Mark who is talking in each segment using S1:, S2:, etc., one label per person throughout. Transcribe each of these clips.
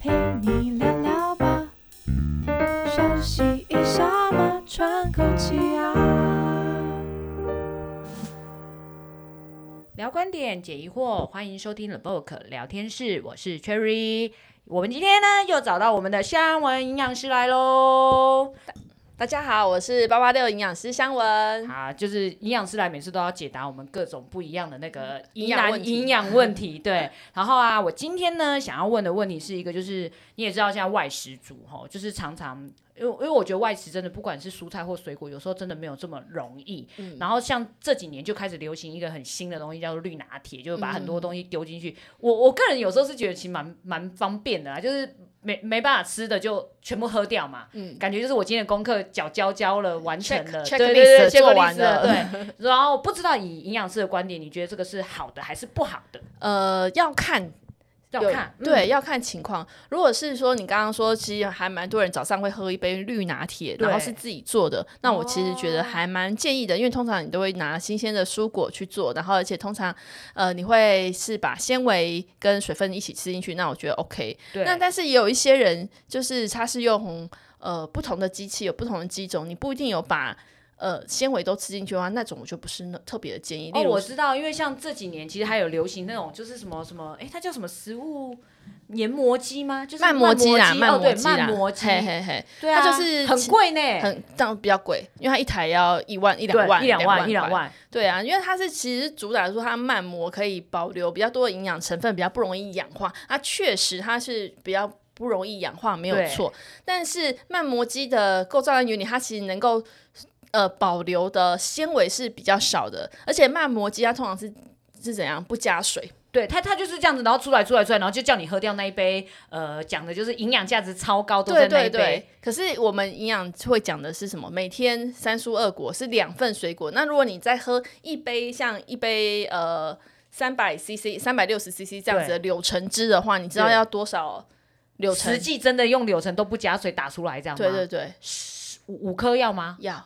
S1: 陪你聊聊吧，休息一下嘛，喘口气啊。
S2: 聊观点，解疑惑，欢迎收听 The Book 聊天室，我是 Cherry。我们今天呢又找到我们的香文营养师来喽。
S3: 大家好，我是八八六营养师香文。
S2: 啊，就是营养师来每次都要解答我们各种不一样的那个疑
S3: 营养问
S2: 难
S3: 题
S2: 营养问题。对，然后啊，我今天呢想要问的问题是一个，就是你也知道现在外食族哈，就是常常。因为因为我觉得外食真的不管是蔬菜或水果，有时候真的没有这么容易。然后像这几年就开始流行一个很新的东西，叫做绿拿铁，就是把很多东西丢进去。我我个人有时候是觉得其实蛮蛮方便的啦，就是没没办法吃的就全部喝掉嘛。
S3: 嗯
S2: 感觉就是我今天的功课交交交了，完成了，
S3: Check-
S2: 对对对
S3: checklist 做完了
S2: 对。然后不知道以营养师的观点，你觉得这个是好的还是不好的？
S3: 呃，要看，
S2: 要
S3: 有
S2: 看，嗯
S3: 对，要看情况。如果是说你刚刚说，其实还蛮多人早上会喝一杯绿拿铁，
S2: 对
S3: 然后是自己做的，那我其实觉得还蛮建议的，因为通常你都会拿新鲜的蔬果去做，然后而且通常呃你会是把纤维跟水分一起吃进去，那我觉得 OK。
S2: 对哦
S3: 那但是也有一些人，就是他是用呃不同的机器，有不同的机种，你不一定有把呃纤维都吃进去的话，那种我就不是那特别的建议。例
S2: 哦，
S3: 如
S2: 我知道，因为像这几年其实还有流行那种，就是什么什么，哎，它叫什么食物研磨机吗？就是
S3: 慢
S2: 磨
S3: 磨机啦，
S2: 哦，
S3: 磨
S2: 对，
S3: 机啦，
S2: 慢磨机，
S3: 嘿嘿嘿，
S2: 对啊，
S3: 它就是
S2: 很贵呢，
S3: 很这样比较贵，因为它一台要一万一两
S2: 对
S3: 万，
S2: 一两
S3: 万
S2: 一两
S3: 块。
S2: 万，
S3: 对啊，因为它是其实主打说它慢磨可以保留比较多的营养成分，比较不容易氧化。它确实它是比较。不容易氧化没有
S2: 对
S3: 错，但是慢磨机的构造原理，它其实能够呃保留的纤维是比较少的，而且慢磨机它通常是是怎样不加水，
S2: 对它，它就是这样子，然后出来出来出来，然后就叫你喝掉那一杯，呃，讲的就是营养价值超高，都在
S3: 对
S2: 那一
S3: 对
S2: 杯。
S3: 对，可是我们营养会讲的是什么？每天三蔬二果是两份水果。那如果你再喝一杯，像一杯呃三百 CC、三百六十 CC 这样子的柳橙汁的话，你知道
S2: 对
S3: 要多少柳橙
S2: 实？际真的用柳橙都不加水打出来这样吗？
S3: 对对对，
S2: 五五颗药吗？
S3: 要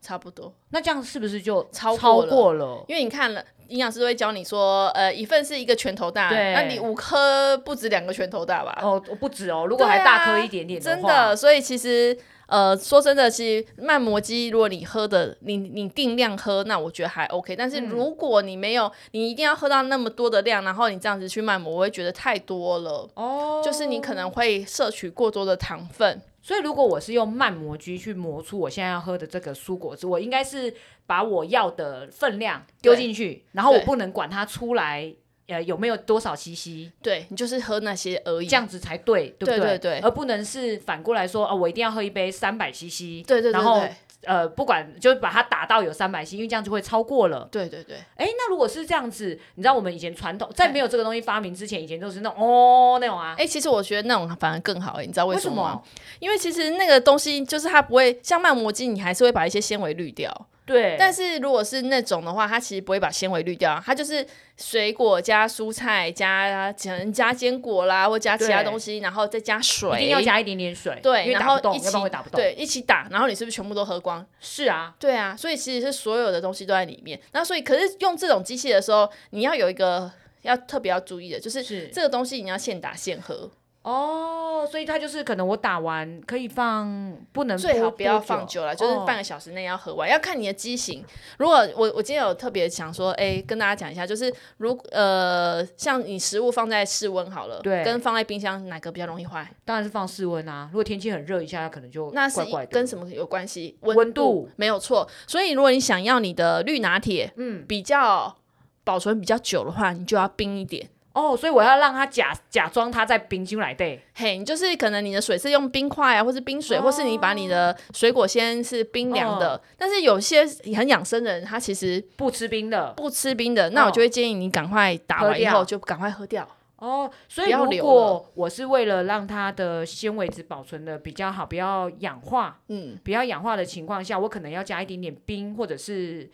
S3: 差不多。
S2: 那这样是不是就
S3: 超
S2: 超
S3: 过了
S2: 过了？
S3: 因为你看了，营养师都会教你说，呃，一份是一个拳头大，
S2: 对
S3: 那你五颗不止两个拳头大吧？
S2: 哦，不止哦，如果
S3: 对
S2: 还
S3: 啊
S2: 大颗一点点
S3: 真
S2: 话
S3: 的，，所以其实呃，说真的，其实慢磨机，如果你喝的你你定量喝，那我觉得还 OK。但是
S2: 嗯
S3: 如果你没有，你一定要喝到那么多的量，然后你这样子去慢磨，我会觉得太多了。
S2: 哦，
S3: 就是你可能会摄取过多的糖分，
S2: 所以如果我是用慢磨机去磨出我现在要喝的这个蔬果汁，我应该是把我要的分量丢进去，然后我
S3: 对
S2: 不能管它出来，呃，有没有多少 CC，
S3: 对你就是喝那些而已。
S2: 这样子才对，对不
S3: 嗯对
S2: 对
S3: 对对
S2: 而不能是反过来说，啊、我一定要喝一杯三百 CC，
S3: 对对对
S2: 然后
S3: 对
S2: 呃，不管就是把它打到有三百 CC，因为这样就会超过了。
S3: 对对对，
S2: 哎，那如果是这样子，你知道我们以前传统在
S3: 对
S2: 没有这个东西发明之前，以前都是那种哦那种啊，
S3: 哎，其实我觉得那种反而更好，哎，你知道为
S2: 为
S3: 什
S2: 什
S3: 么吗？
S2: 么？
S3: 因为其实那个东西就是它不会像慢磨机，你还是会把一些纤维滤掉。
S2: 对，
S3: 但是如果是那种的话，它其实不会把纤维滤掉，它就是水果加蔬菜加可能加坚果啦，或加其他
S2: 对
S3: 东西，然后再加水，
S2: 一定要加一点点水，因
S3: 对，
S2: 为
S3: 然
S2: 打
S3: 后
S2: 不动，
S3: 一
S2: 要
S3: 起
S2: 不然会打不动。，
S3: 对一起打，然后你是不是全部都喝光？
S2: 是啊，
S3: 对啊，所以其实是所有的东西都在里面。那所以可是用这种机器的时候，你要有一个要特别要注意的，就是
S2: 是
S3: 这个东西你要现打现喝，
S2: 哦，所以它就是可能我打完可以放，不能
S3: 最好
S2: 不
S3: 不要放久了，就是半
S2: 个
S3: 个小时内要喝完，要看你的机型。如果我我今天有特别想说，哎、跟大家讲一下，就是如呃，像你食物放在室温好了，
S2: 对
S3: 跟放在冰箱哪个比较容易坏？
S2: 当然是放室温啊。如果天气很热一下，可能就
S3: 那是
S2: 怪
S3: 一
S2: 怪的。
S3: 跟什么有关系？
S2: 温
S3: 度
S2: 度
S3: 没有错。所以如果你想要你的绿拿铁，嗯，比较保存比较久的话，你就要冰一点。
S2: 哦，所以我要让它假假装它在冰箱来对，
S3: 嘿，你就是可能你的水是用冰块啊，或是冰水，或是你把你的水果先是冰凉的。
S2: 哦
S3: 但是有些很养生的人，他其实
S2: 不吃冰的
S3: 不吃冰的，那我就会建议你赶快打
S2: 哦喝
S3: 完以
S2: 掉
S3: 后就赶快喝掉。
S2: 哦。所以
S3: 不要
S2: 如
S3: 留
S2: 果我是为了让它的纤维质保存的比较好，不要氧化，
S3: 嗯，
S2: 不要氧化的情况下，我可能要加一点点冰，或者是。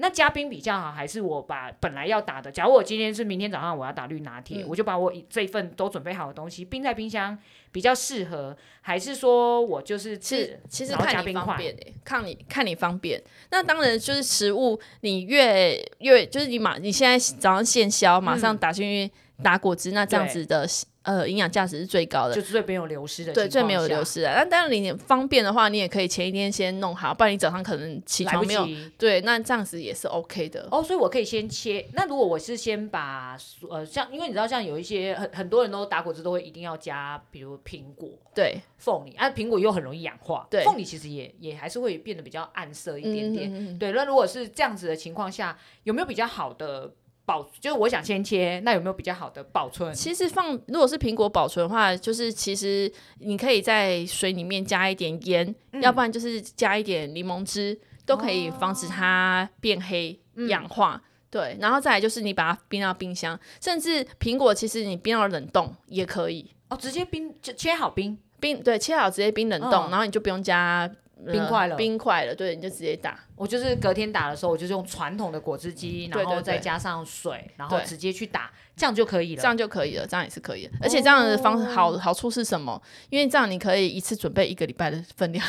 S2: 那加冰比较好，还是我把本来要打的？假如我今天是明天早上我要打绿拿铁，
S3: 嗯
S2: 我就把我这一份都准备好的东西冰在冰箱，比较适合，还是说我就是
S3: 其
S2: 吃
S3: 实？其实
S2: 然后加
S3: 看你
S2: 冰
S3: 方
S2: 块
S3: 便、欸、看你看你方便。那当然就是食物，你越越就是你马你现在早上现削，马上打进去打果汁，那这样
S2: 对
S3: 子的呃营养价值是最高
S2: 就
S3: 的。
S2: 最没有流失的情况下，
S3: 对，最没有流失啊。那当然，你方便的话，你也可以前一天先弄好，不然你早上可能起
S2: 来不
S3: 床没有。
S2: 及。
S3: 对，那这样子也是 OK 的。
S2: 哦，所以我可以先切。那如果我是先把呃，像因为你知道，像有一些很很多人都打果汁都会一定要加，比如苹果、
S3: 对，
S2: 凤梨啊，苹果又很容易氧化，
S3: 对
S2: 凤梨其实也也还是会变得比较暗色一点点。
S3: 嗯嗯嗯嗯
S2: 对，那如果是这样子的情况下，有没有比较好的保？就是我想先切，那有没有比较好的保存？
S3: 其实放如果是苹果保存的话，就是其实你可以在水里面加一点盐，
S2: 嗯
S3: 要不然就是加一点柠檬汁，都可以防止它变黑、
S2: 嗯
S3: 氧化。对，然后再来就是你把它冰到冰箱，甚至苹果其实你冰到冷冻也可以，
S2: 哦，直接冰就切好冰，
S3: 冰对切好直接冰冷冻，
S2: 嗯
S3: 然后你就不用加、呃
S2: 冰块了
S3: 冰块了，对，你就直接打。
S2: 我就是隔天打的时候，我就是用传统的果汁机，然
S3: 嗯对
S2: 后
S3: 对
S2: 再
S3: 对
S2: 加上水，然后
S3: 对
S2: 直接去打，这样就可以了。
S3: 这样就可以了，这样也是可以的。而且这样的方
S2: 哦
S3: 好好处是什么？因为这样你可以一次准备一个礼拜的分量。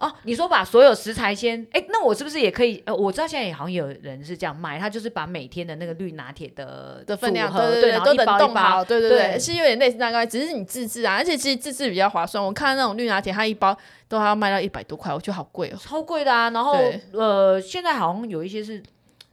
S2: 哦，你说把所有食材先，哎，那我是不是也可以？呃，我知道现在也好像有人是这样卖，他就是把每天的那个绿拿铁的
S3: 的分量，
S2: 组合
S3: 对
S2: 对然
S3: 对，
S2: 后
S3: 都
S2: 一包
S3: 冷
S2: 一
S3: 冻
S2: 包
S3: 好，对对对，
S2: 对
S3: 是有点类似那个，只是你自制啊，而且其实自制比较划算。我看那种绿拿铁，它一包都还要卖到一百多块，我觉得好贵哦。
S2: 超贵的啊。然后
S3: 对
S2: 呃，现在好像有一些是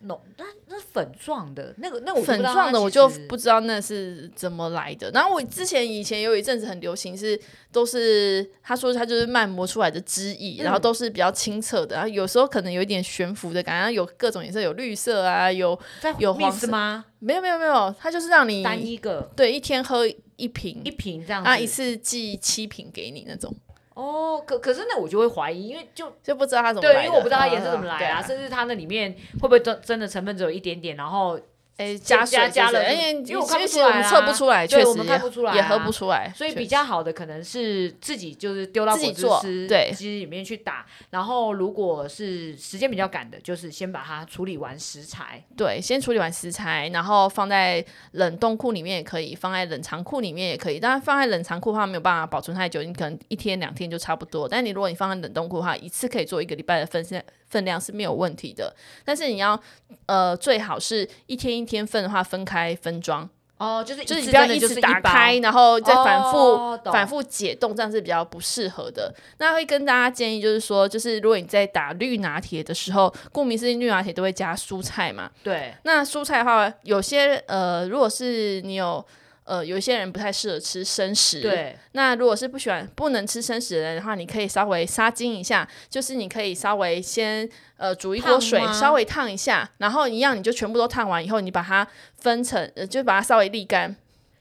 S2: 浓，但那粉状的那个，那我就不
S3: 粉
S2: 知道
S3: 状
S2: 它
S3: 的
S2: 其
S3: 我就
S2: 实
S3: 不知道那是怎么来的。然后我之前以前有一阵子很流行是，都是他说他就是慢磨出来的汁液，
S2: 嗯
S3: 然后都是比较清澈的，然后有时候可能有一点悬浮的感觉，然后有各种颜色，有绿色啊，有
S2: 在
S3: 有
S2: mix
S3: 黄色
S2: 吗？
S3: 没有没有没有，它就是让你
S2: 单一个
S3: 对一天喝一瓶
S2: 一，瓶这样子
S3: 啊一次寄七瓶给你那种。
S2: 哦，可可是那我就会怀疑，因为就
S3: 就不知道它怎么
S2: 对，
S3: 来
S2: 因
S3: 的
S2: 为我不知道它颜色怎么
S3: 对
S2: 来
S3: 啊
S2: 啊，甚至它那里面会不会真真的成分只有一点点，然后
S3: 哎，
S2: 加
S3: 加水
S2: 加加
S3: 就是
S2: 了
S3: 哎因
S2: 因为我看不
S3: 其实
S2: 出来
S3: 我们测不
S2: 啊
S3: 出来，
S2: 对
S3: 确
S2: 我
S3: 实
S2: 们
S3: 也
S2: 看不出来
S3: 也喝
S2: 啊
S3: 不出来，
S2: 所以
S3: 确
S2: 比
S3: 实
S2: 较好的可能是自己就是丢到
S3: 自己
S2: 果汁
S3: 做
S2: 丝
S3: 对
S2: 机里面去打，然后如果是时间比较赶的，就是先把它处理完食材，
S3: 对，先处理完食材，然后放在冷冻库里面也可以，放在冷藏库里面也可以。当然，放在冷藏库的话没有办法保存太久，你可能一天两天就差不多。但你如果你放在冷冻库的话，一次可以做一个礼拜的分量分量是没有问题的。但是你要呃，最好是一天一天份的话，分开分装，
S2: 哦，就是
S3: 就是你
S2: 次
S3: 不要
S2: 真的
S3: 一
S2: 就
S3: 直
S2: 是
S3: 打
S2: 包
S3: 开，，然后再反复、
S2: 哦懂
S3: 反复解冻，这样是比较不适合的。那会跟大家建议就是说，就是如果你在打绿拿铁的时候，顾名思义，绿拿铁都会加蔬菜嘛。
S2: 对，
S3: 那蔬菜的话，有些呃，如果是你有呃，有一些人不太适合吃生食，。
S2: 对，
S3: 那如果是不喜欢不能吃生食的人的话，你可以稍微杀精一下，就是你可以稍微先呃煮一锅
S2: 烫
S3: 水，
S2: 吗
S3: 稍微烫一下，然后一样你就全部都烫完以后，你把它分成，呃，就把它稍微沥干，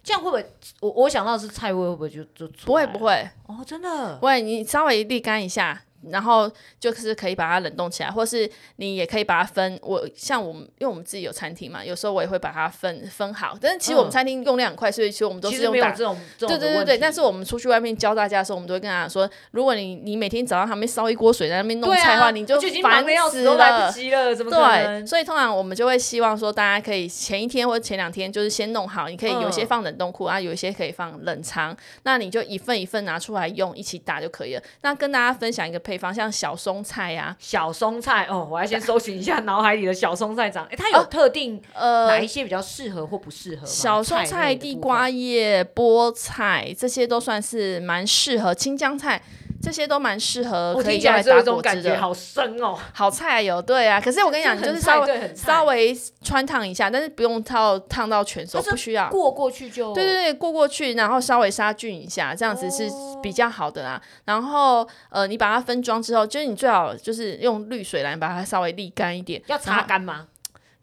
S2: 这样会不会？我我想到的是菜味会不会就就出
S3: 不会
S2: 来
S3: 不
S2: 了
S3: 会
S2: 哦，真的
S3: 不会，你稍微沥干一下。然后就是可以把它冷冻起来，或是你也可以把它分。我像我们，因为我们自己有餐厅嘛，有时候我也会把它分分好。但是其实我们
S2: 嗯
S3: 餐厅用量很快，所以其实我们都
S2: 其
S3: 是
S2: 实
S3: 用
S2: 没有
S3: 打
S2: 这种这种
S3: 对
S2: 的
S3: 对对
S2: 问
S3: 对，
S2: 题
S3: 但是我们出去外面教大家的时候，我们都会跟大家说，如果你你每天早上还没烧一锅水在那边弄
S2: 对
S3: 菜的
S2: 啊
S3: 话，你
S2: 我就已经忙
S3: 烦
S2: 得要
S3: 死
S2: 死，都来
S3: 了
S2: 不。及了，怎么可
S3: 对，
S2: 能？
S3: 所以通常我们就会希望说，大家可以前一天或者前两天就是先弄好，你可以有一些
S2: 嗯
S3: 放冷冻库，啊，有一些可以放冷藏，那你就一份一份拿出来用，一起打就可以了。那跟大家分享一个配方，像小松菜啊呀、
S2: 小松菜哦，我要先搜寻一下脑海里的小松菜长，哎，它有
S3: 哦
S2: 特定
S3: 呃，
S2: 哪一些比较适合或不适合吗？
S3: 小松
S2: 菜
S3: 菜、
S2: 类的
S3: 地
S2: 部分
S3: 瓜叶、菠菜这些都算是蛮适合，青江菜这些都蛮适合
S2: 我
S3: 可以
S2: 听起
S3: 用
S2: 来
S3: 来
S2: 就有
S3: 打
S2: 一种
S3: 果
S2: 感
S3: 汁
S2: 觉
S3: 的。
S2: 好深哦。
S3: 好菜有对啊，可是我跟你讲，你就是 稍微
S2: 微
S3: 稍微穿烫一下，但是不用到烫到全熟，
S2: 它是
S3: 不需要。
S2: 过过去就
S3: 啊对对对，过过去，然后稍微杀菌一下，这样子是
S2: 哦
S3: 比较好的啦。然后呃，你把它分装之后，就是你最好就是用滤水来把它稍微沥干一点，
S2: 要
S3: 然
S2: 擦
S3: 后
S2: 干吗？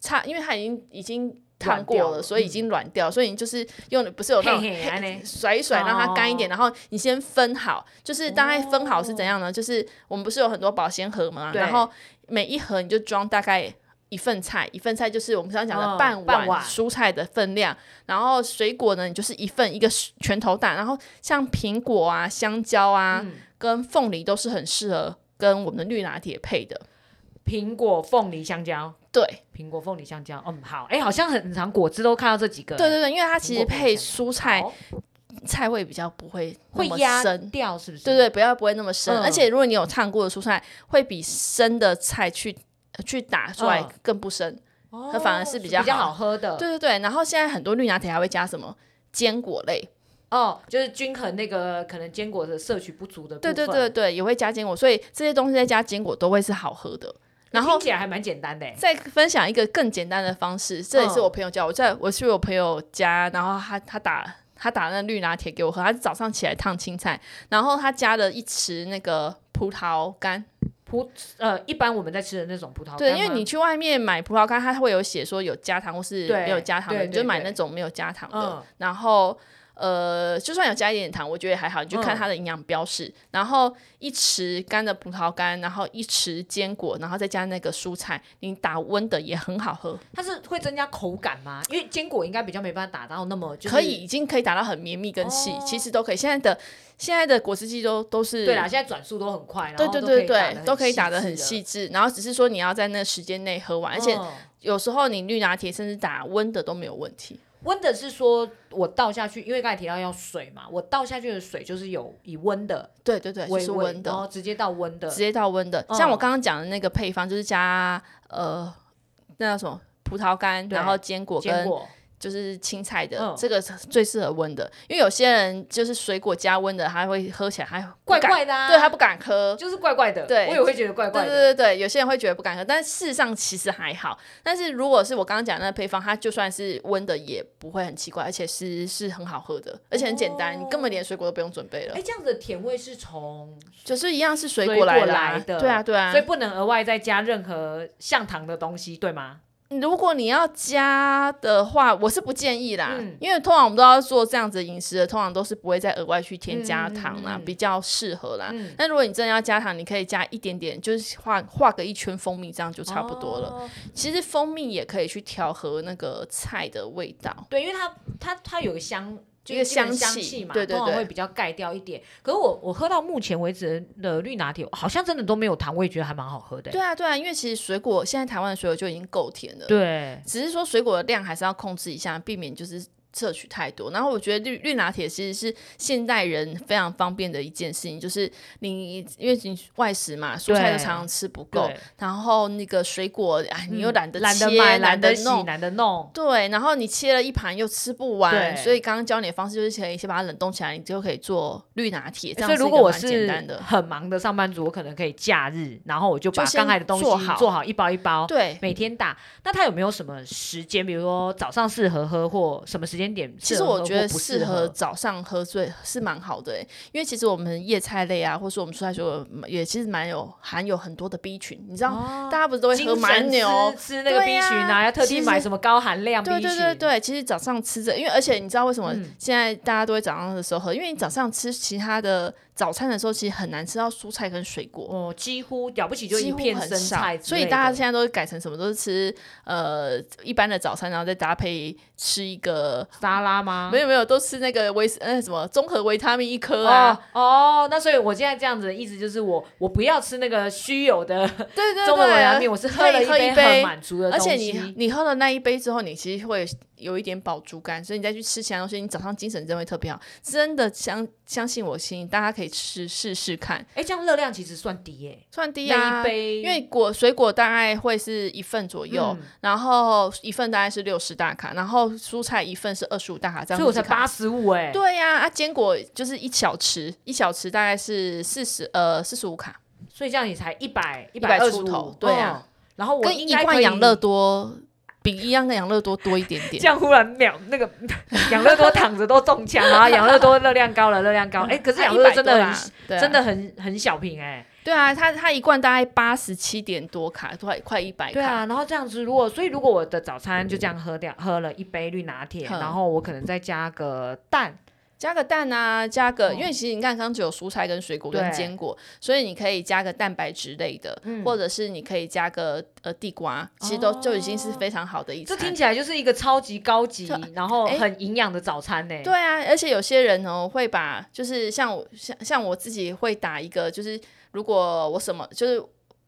S3: 差，因为它已经已经烫
S2: 软
S3: 过
S2: 掉
S3: 了，
S2: 了嗯
S3: 所以已经软掉，所以你就是用的不是有那
S2: 嘿
S3: 种
S2: 嘿，安呢？
S3: 甩一甩，让它干一点，
S2: 哦
S3: 然后你先分好，就是大概分好是怎样呢？就是我们不是有很多保鲜盒嘛，
S2: 对
S3: 然后每一盒你就装大概。一份菜，一份菜就是我们刚刚讲
S2: 嗯
S3: 的半
S2: 半
S3: 碗
S2: 碗
S3: 蔬菜的分量，然后水果呢，你就是一份一个拳头大，然后像苹果啊、香蕉啊、
S2: 嗯
S3: 跟凤梨都是很适合跟我们的绿拿铁配的。
S2: 苹果、凤梨、香蕉，
S3: 对，
S2: 苹果、凤梨、香蕉，嗯，好，哎，好像很常果汁都看到这几个，
S3: 对对对，因为它
S2: 苹
S3: 其
S2: 果
S3: 实
S2: 配
S3: 配
S2: 香
S3: 蔬菜
S2: 好
S3: 菜味比较不会那
S2: 会
S3: 么
S2: 压
S3: 深。
S2: 掉是不是？
S3: 对对，不要不会那么深，
S2: 嗯
S3: 而且如果你有烫过的蔬菜，会比生的菜去呃去打出来
S2: 嗯
S3: 更不深。
S2: 哦，
S3: 它反而是比较
S2: 较
S3: 好
S2: 好喝的。
S3: 对对对，然后现在很多绿拿铁还会加什么坚果类，
S2: 哦，就是均衡那个可能坚果的摄取不足的部
S3: 对
S2: 分。
S3: 对对
S2: 欸，
S3: 对，也会加坚果，所以这些东西再加坚果都会是好喝的。然后
S2: 听起来还嗯蛮简单的欸。
S3: 再分享一个更简单的方式，这也是我朋友教我，在我去我朋友家，然后他他打他打那绿拿铁给我喝，他早上起来烫青菜，然后他加了一匙那个葡萄干，
S2: 葡呃，一般我们在吃的那种葡萄干吗，
S3: 对，因为你去外面买葡萄干，它会有写说有加糖或是
S2: 对
S3: 没有加糖的，
S2: 对
S3: 你就
S2: 对
S3: 买
S2: 对
S3: 那种没有加糖的，
S2: 嗯
S3: 然后。呃，就算有加一点糖，我觉得也还好，你就
S2: 嗯
S3: 看它的营养标示。然后一匙干的葡萄干，然后一匙坚果，然后再加那个蔬菜，你打温的也很好喝。
S2: 它是会增加口感吗？因为坚果应该比较没办法打到那么就是
S3: 可以，已经可以达到很绵密跟细，
S2: 哦
S3: 其实都可以。现在的现在的果汁机都都是
S2: 对啦，现在转速都很快，然
S3: 对
S2: 后
S3: 对
S2: 都
S3: 对
S2: 可以打得
S3: 对，都可以打得很
S2: 致
S3: 细致，然后只是说你要在那个时间内喝完，
S2: 了，
S3: 而且
S2: 嗯
S3: 有时候你绿拿铁甚至打温的都没有问题。
S2: 温的是说我倒下去，因为刚才提到要水嘛，我倒下去的水就是有以温的
S3: 对对对，就
S2: 为
S3: 是
S2: 温
S3: 温
S2: 然
S3: 的，
S2: 后直接到温的
S3: 哦直接到温的。
S2: 嗯
S3: 像我刚刚讲的那个配方，就是加呃那叫什么葡萄干，
S2: 对
S3: 然后坚果
S2: 坚
S3: 跟
S2: 果，
S3: 就是青菜的
S2: 嗯，
S3: 这个是最适合温的，因为有些人就是水果加温的，他会喝起来还
S2: 怪
S3: 不敢，
S2: 怪的、啊，
S3: 对他不敢喝，
S2: 就是怪怪的，
S3: 对
S2: 我也会觉得怪怪
S3: 对
S2: 的，
S3: 对对对，有些人会觉得不敢喝，但事实上其实还好。但是如果是我刚刚讲的那个配方，它就算是温的也不会很奇怪，而且是是很好喝的，而且很简单，
S2: 哦
S3: 你根本连水果都不用准备了
S2: 哎、，这样子的甜味是从，
S3: 就是一样是水
S2: 水果
S3: 果来的啊、
S2: 来的
S3: 对啊，对啊
S2: 所以。不能额外再加任何像糖的东西，对吗？
S3: 如果你要加的话，我是不建议啦，
S2: 嗯
S3: 因为通常我们都要做这样子的饮食的，通常都是不会再额外去添加糖啦，
S2: 嗯嗯嗯嗯
S3: 比较适合啦。
S2: 嗯，
S3: 那如果你真的要加糖，你可以加一点点，就是画画个一圈蜂蜜，这样就差不多了。
S2: 哦
S3: 其实蜂蜜也可以去调和那个菜的味道，
S2: 对，因为它它它有个香，就
S3: 一个
S2: 是基本
S3: 香
S2: 香
S3: 气
S2: 嘛，
S3: 对对
S2: 通常
S3: 对
S2: 会比较盖掉一点。可是我我喝到目前为止的绿拿铁，好像真的都没有糖，我也觉得还蛮好喝的、欸
S3: 对啊，对啊，因为其实水果现在台湾的水果就已经够甜了，
S2: 对，
S3: 只是说水果的量还是要控制一下，避免就是摄取太多。然后我觉得绿绿拿铁其实是现代人非常方便的一件事情，就是你因为你外食嘛，蔬菜
S2: 对
S3: 就常常吃不够
S2: 对，，
S3: 然后那个水果哎，你又
S2: 嗯
S3: 懒得
S2: 懒得
S3: 切
S2: 买，
S3: 懒
S2: 懒得洗，
S3: 弄。
S2: 懒得弄。
S3: 对，然后你切了一盘又吃不完，
S2: 对
S3: 所以刚刚教你的方式就是可以先把它冷冻起来，你就可以做绿拿铁。这样
S2: 所以
S3: 是
S2: 如
S3: 一
S2: 果
S3: 个
S2: 我
S3: 蛮简
S2: 是
S3: 单的，
S2: 很忙的上班族，我可能可以假日，然后我就把
S3: 就先
S2: 刚才的东西
S3: 做好
S2: 做好一包一包，
S3: 对，
S2: 每天打。那它有没有什么时间？比如说早上适合喝，或什么时间点适
S3: 其实
S2: 合喝
S3: 我觉得
S2: 或不适
S3: 适合早上喝醉是蛮好的欸、因为其实我们叶菜类啊，或是我们蔬菜水果也其实蛮有含有很多的 B 群，你知道、
S2: 哦
S3: 大家不是都会
S2: 精
S3: 喝
S2: 神
S3: 蛮牛
S2: 吃。吃那个 B
S3: 对呀
S2: 群啊，要特
S3: 其
S2: 地
S3: 实
S2: 买什么高含量 B
S3: 对
S2: 群？
S3: 对对对，其实早上吃着，因为而且你知道为什么
S2: 嗯
S3: 现在大家都会早上的时候喝？因为你早上吃其他的早餐的时候，其实很难吃到蔬菜跟水果。
S2: 哦，几乎了不起就
S3: 几
S2: 一
S3: 乎
S2: 片
S3: 很
S2: 生
S3: 少
S2: 菜之
S3: 所
S2: 类的，
S3: 以大家现在都改成什么？都是吃呃一般的早餐，然后再搭配吃一个，
S2: 沙拉吗？
S3: 没有没有，都吃那个维呃什么综合维他命一颗
S2: 哦
S3: 啊，
S2: 哦，那所以我现在这样子的意思就是我我不要吃那个虚有的
S3: 对对
S2: 中文维他命，
S3: 对。
S2: 我是
S3: 可
S2: 喝
S3: 以
S2: 了
S3: 喝一
S2: 杯
S3: 杯
S2: 很满足的
S3: 而
S2: 东西，
S3: 且你你喝了那一杯之后，你其实会有一点饱足感，所以你再去吃其他东西，你早上精神真的会特别好。真的相相信我，心大家可以吃试试看，
S2: 哎，这样热量其实算低耶，
S3: 算低
S2: 那
S3: 啊
S2: 一。杯，
S3: 因为果水果大概会是一份左右，
S2: 嗯
S3: 然后一份大概是六十大卡，然后蔬菜一份是二十五大卡，这
S2: 所
S3: 样
S2: 以我才
S3: 子卡
S2: 八十五哎，
S3: 对呀、啊，坚果就是一小匙，一小匙大概是四十呃四十五卡，
S2: 所以这样你才一百一
S3: 100
S2: 二
S3: 出
S2: 十
S3: 头
S2: 五，
S3: 对啊
S2: 嗯，然后我
S3: 跟
S2: 应
S3: 一
S2: 该可
S3: 罐
S2: 以
S3: 养乐多比一样的养乐多多一点点
S2: 这。样忽然秒那个 养乐多躺着都中枪，然后养乐多热量高了，热量高，
S3: 嗯
S2: 哎，可是养乐多
S3: 100
S2: 真
S3: 多
S2: 的
S3: 啦
S2: 很
S3: 对啊
S2: 真的很很小瓶哎，
S3: 对啊，它它一罐大概八十七点多卡，快快一百
S2: 对
S3: 卡。
S2: 啊，然后这样子，如果所以如果我的早餐就这样喝掉，喝了一杯绿拿铁，
S3: 嗯
S2: 然后我可能再加个蛋，
S3: 加个蛋啊，加个，
S2: 哦
S3: 因为其实你看，刚刚只有蔬菜跟水果跟
S2: 对嗯
S3: 坚果，所以你可以加个蛋白质类的，或者是你可以加个呃地瓜，其实都、就已经是非常好的一
S2: 哦这
S3: 餐。
S2: 听起来就是一个超级高级
S3: 这，
S2: 然后
S3: 哎
S2: 很营养的早餐呢、
S3: 对啊，而且有些人哦会把，就是像我像像我自己会打一个，就是如果我什么就是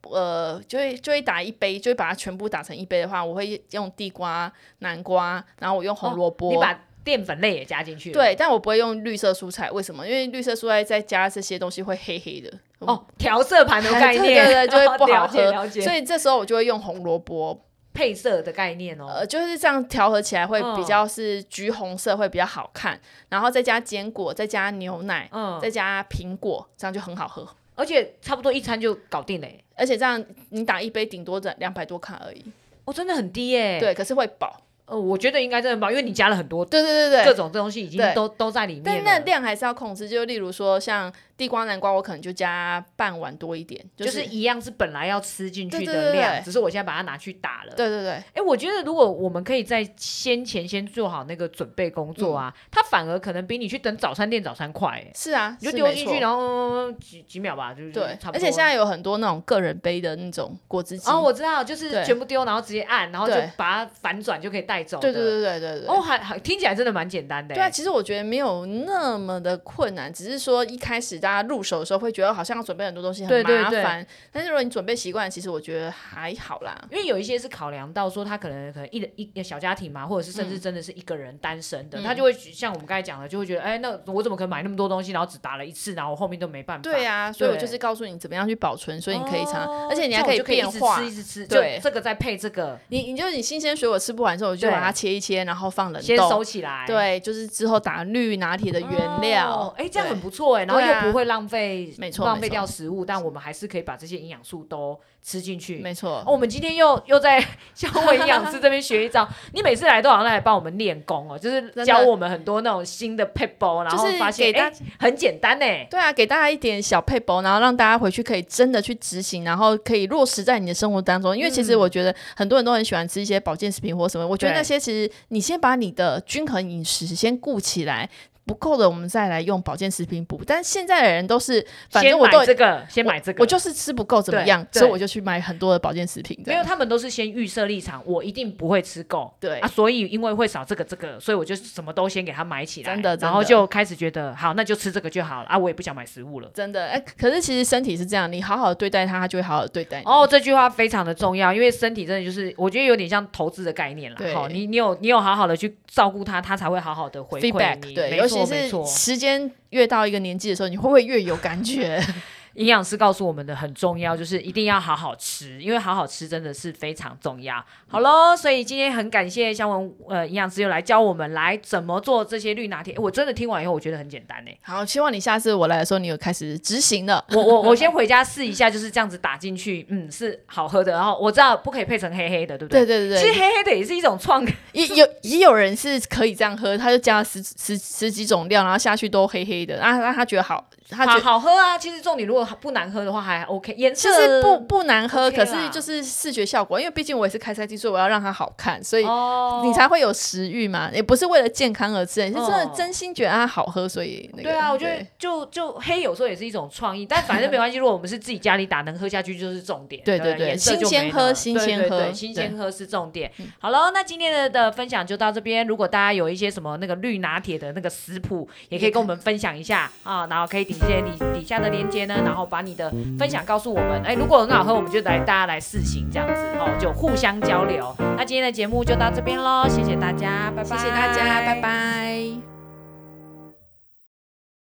S3: 呃就会就会打一杯，就会把它全部打成一杯的话，我会用地瓜、南瓜，然后我用红
S2: 哦
S3: 萝卜、
S2: 你把淀粉类也加进去了。
S3: 对，但我不会用绿色蔬菜，为什么？因为绿色蔬菜再加这些东西会黑黑的。嗯
S2: 哦，调色盘的概念，
S3: 对对对，就会不好
S2: 了解
S3: 喝。
S2: 了解哦
S3: 所以这时候我就会用红萝卜，
S2: 配色的概念哦，
S3: 呃，就是这样调和起来会比
S2: 嗯
S3: 较是橘红色，会比较好看。然后再加坚果，再加牛奶，
S2: 嗯，
S3: 再加苹果，这样就很好喝。
S2: 而且差不多一餐就搞定了耶，
S3: 而且这样你打一杯顶多的两百多卡而已，
S2: 哦，真的很低耶。，
S3: 对，可是会饱。
S2: 呃，我觉得应该真的吧，因为你加了很多
S3: 对对对
S2: 各
S3: 对。
S2: 种东西，已经
S3: 对
S2: 都都在里
S3: 但
S2: 面啊
S3: 那
S2: 了，
S3: 量还是要控制，就例如说像地瓜、南瓜，我可能就加半碗多一点，
S2: 就是是一样是本来要吃进去
S3: 对对
S2: 的
S3: 对对
S2: 量，只是我现在把它拿去打了。
S3: 对对对，
S2: 哎，我觉得如果我们可以在先前先做好那个准备工作啊，它反而可能比你去等早餐店早餐快耶，
S3: 是啊，
S2: 你就是丢
S3: 没
S2: 进
S3: 错
S2: 去，然后嗯几几秒吧，就是
S3: 对
S2: 差，不多。
S3: 而且现在有很多那种个人杯的那种果汁机，
S2: 哦，我知道，就是
S3: 对
S2: 全部丢，然后直接按，然后就
S3: 对
S2: 把它反转就可以带走。
S3: 对对。对对对对。
S2: 哦，还还听起来真的蛮简单的。欸
S3: 对啊，，其实我觉得没有那么的困难，只是说一开始大家入手的时候会觉得好像要准备很多东西很
S2: 对对
S3: 麻
S2: 对
S3: 烦，但是如果你准备习惯，其实我觉得还好啦。
S2: 因为有一些是考量到说他可能可能一人一一小家庭嘛，或者是甚至真的是一个人单身的，
S3: 嗯
S2: 他就会像我们刚才讲的，就会觉得，哎，那我怎么可能买那么多东西，然后只打了一次，然后我后面都没办法。
S3: 对
S2: 呀、
S3: 啊，所以我
S2: 对
S3: 就是告诉你怎么样去保存，所以你可以尝，
S2: 哦
S3: 而且你还
S2: 这样
S3: 可
S2: 我
S3: 以
S2: 就可以
S3: 变
S2: 一直
S3: 化
S2: 吃。一直吃，就
S3: 对
S2: 这个再配这个，
S3: 你你就是你新鲜水果吃不完之后，我就
S2: 对
S3: 把它切一切，然后放冷
S2: 先
S3: 冻
S2: 收。起来。
S3: 对，就是之后打绿拿铁的
S2: 的
S3: 原料。
S2: 哎、这样
S3: 对
S2: 很不错哎、然后
S3: 对啊
S2: 又不会浪费，
S3: 没错
S2: 浪
S3: 没
S2: 费
S3: 错
S2: 掉食物，但我们还是可以把这些营养素都吃进去。
S3: 没错
S2: 哦。我们今天又又在 向我营养师这边学一招，你每次来都好像来帮我们练功哦，就是
S3: 的
S2: 教我们很多那种新的 p e b l e 然后
S3: 就是
S2: 发现
S3: 给大
S2: 哎、很简单呢。
S3: 对啊，给大家一点小配包，然后让大家回去可以真的去执行，然后可以落实在你的生活当中。因为其实
S2: 嗯
S3: 我觉得很多人都很喜欢吃一些保健食品或什么，我觉得
S2: 对
S3: 那些其实你先把你的均衡饮食先顾起来。不够的，我们再来用保健食品补。但现在的人都是，反
S2: 先
S3: 正我
S2: 买
S3: 都
S2: 这个，先买这个，
S3: 我就是吃不够怎么样，
S2: 对
S3: 所以
S2: 对
S3: 我就去买很多的保健食品。这
S2: 没有，
S3: 样
S2: 他们都是先预设立场，我一定不会吃够。
S3: 对
S2: 啊，所以因为会少这个这个，所以我就什么都先给他买起来，
S3: 真的真的
S2: 然后就开始觉得好，那就吃这个就好了啊，我也不想买食物了。
S3: 真的，哎、可是其实身体是这样，你好好地对待它，它就会好好地对待你。
S2: 哦，，这句话非常的重要，因为身体真的就是，我觉得有点像投资的概念啦。
S3: 对
S2: 好，你你有你有好好的去照顾它，它才会好好的回馈
S3: feedback
S2: 你。
S3: 对，
S2: 没
S3: 尤
S2: 错
S3: 其
S2: 没
S3: 是
S2: 错。
S3: 时间越到一个年纪的时候，你会不会越有感觉？
S2: 营养师告诉我们的很重要，就是一定要好好吃，因为好好吃真的是非常重要。好喽，所以今天很感谢香文呃营养师又来教我们来怎么做这些绿拿铁。诶我真的听完以后，我觉得很简单呢、
S3: 好，希望你下次我来的时候，你有开始执行了。
S2: 我我我先回家试一下，就是这样子打进去，嗯，是好喝的。然后我知道不可以配成黑黑的，对不
S3: 对
S2: 对？
S3: 对对
S2: 其实
S3: 对，
S2: 黑黑的也是一种创
S3: 也有也有人是可以这样喝，他就加了十十十几种料，然后下去都黑黑的，然后让他觉得好，他觉
S2: 好
S3: 得
S2: 好喝啊。其实重点如果不难喝的话还 OK，颜
S3: 其
S2: 色
S3: 实不不难喝，
S2: OK
S3: 可
S2: 啦
S3: 是就是视觉效果，因为毕竟我也是开赛季，所以我要让它好看，所以
S2: 哦
S3: 你才会有食欲嘛，也不是为了健康而吃，你是真的
S2: 哦
S3: 真心觉得它好喝，所以那个
S2: 对啊，我觉得
S3: 对
S2: 就就黑有时候也是一种创意，但反正没关系。如果我们是自己家里打，能喝下去就是重点。
S3: 对
S2: 对啊
S3: 对对
S2: 颜色就
S3: 新鲜
S2: 没
S3: 喝
S2: 了
S3: 新
S2: 对
S3: 鲜
S2: 对
S3: 喝
S2: 对
S3: 对嗯
S2: 新鲜喝是重点。好喽，那今天的的分享就到这边。如果大家有一些什么那个绿拿铁的那个食谱，也可以跟我们分享一下啊，然后可以底下底底下的链接呢，然后把你的分享告诉我们。哎，如果很好喝，我们就来大家来试行这样子哦，就互相交流。那今天的节目就到这边喽，谢谢大家，拜拜，
S3: 谢谢大家，拜。拜。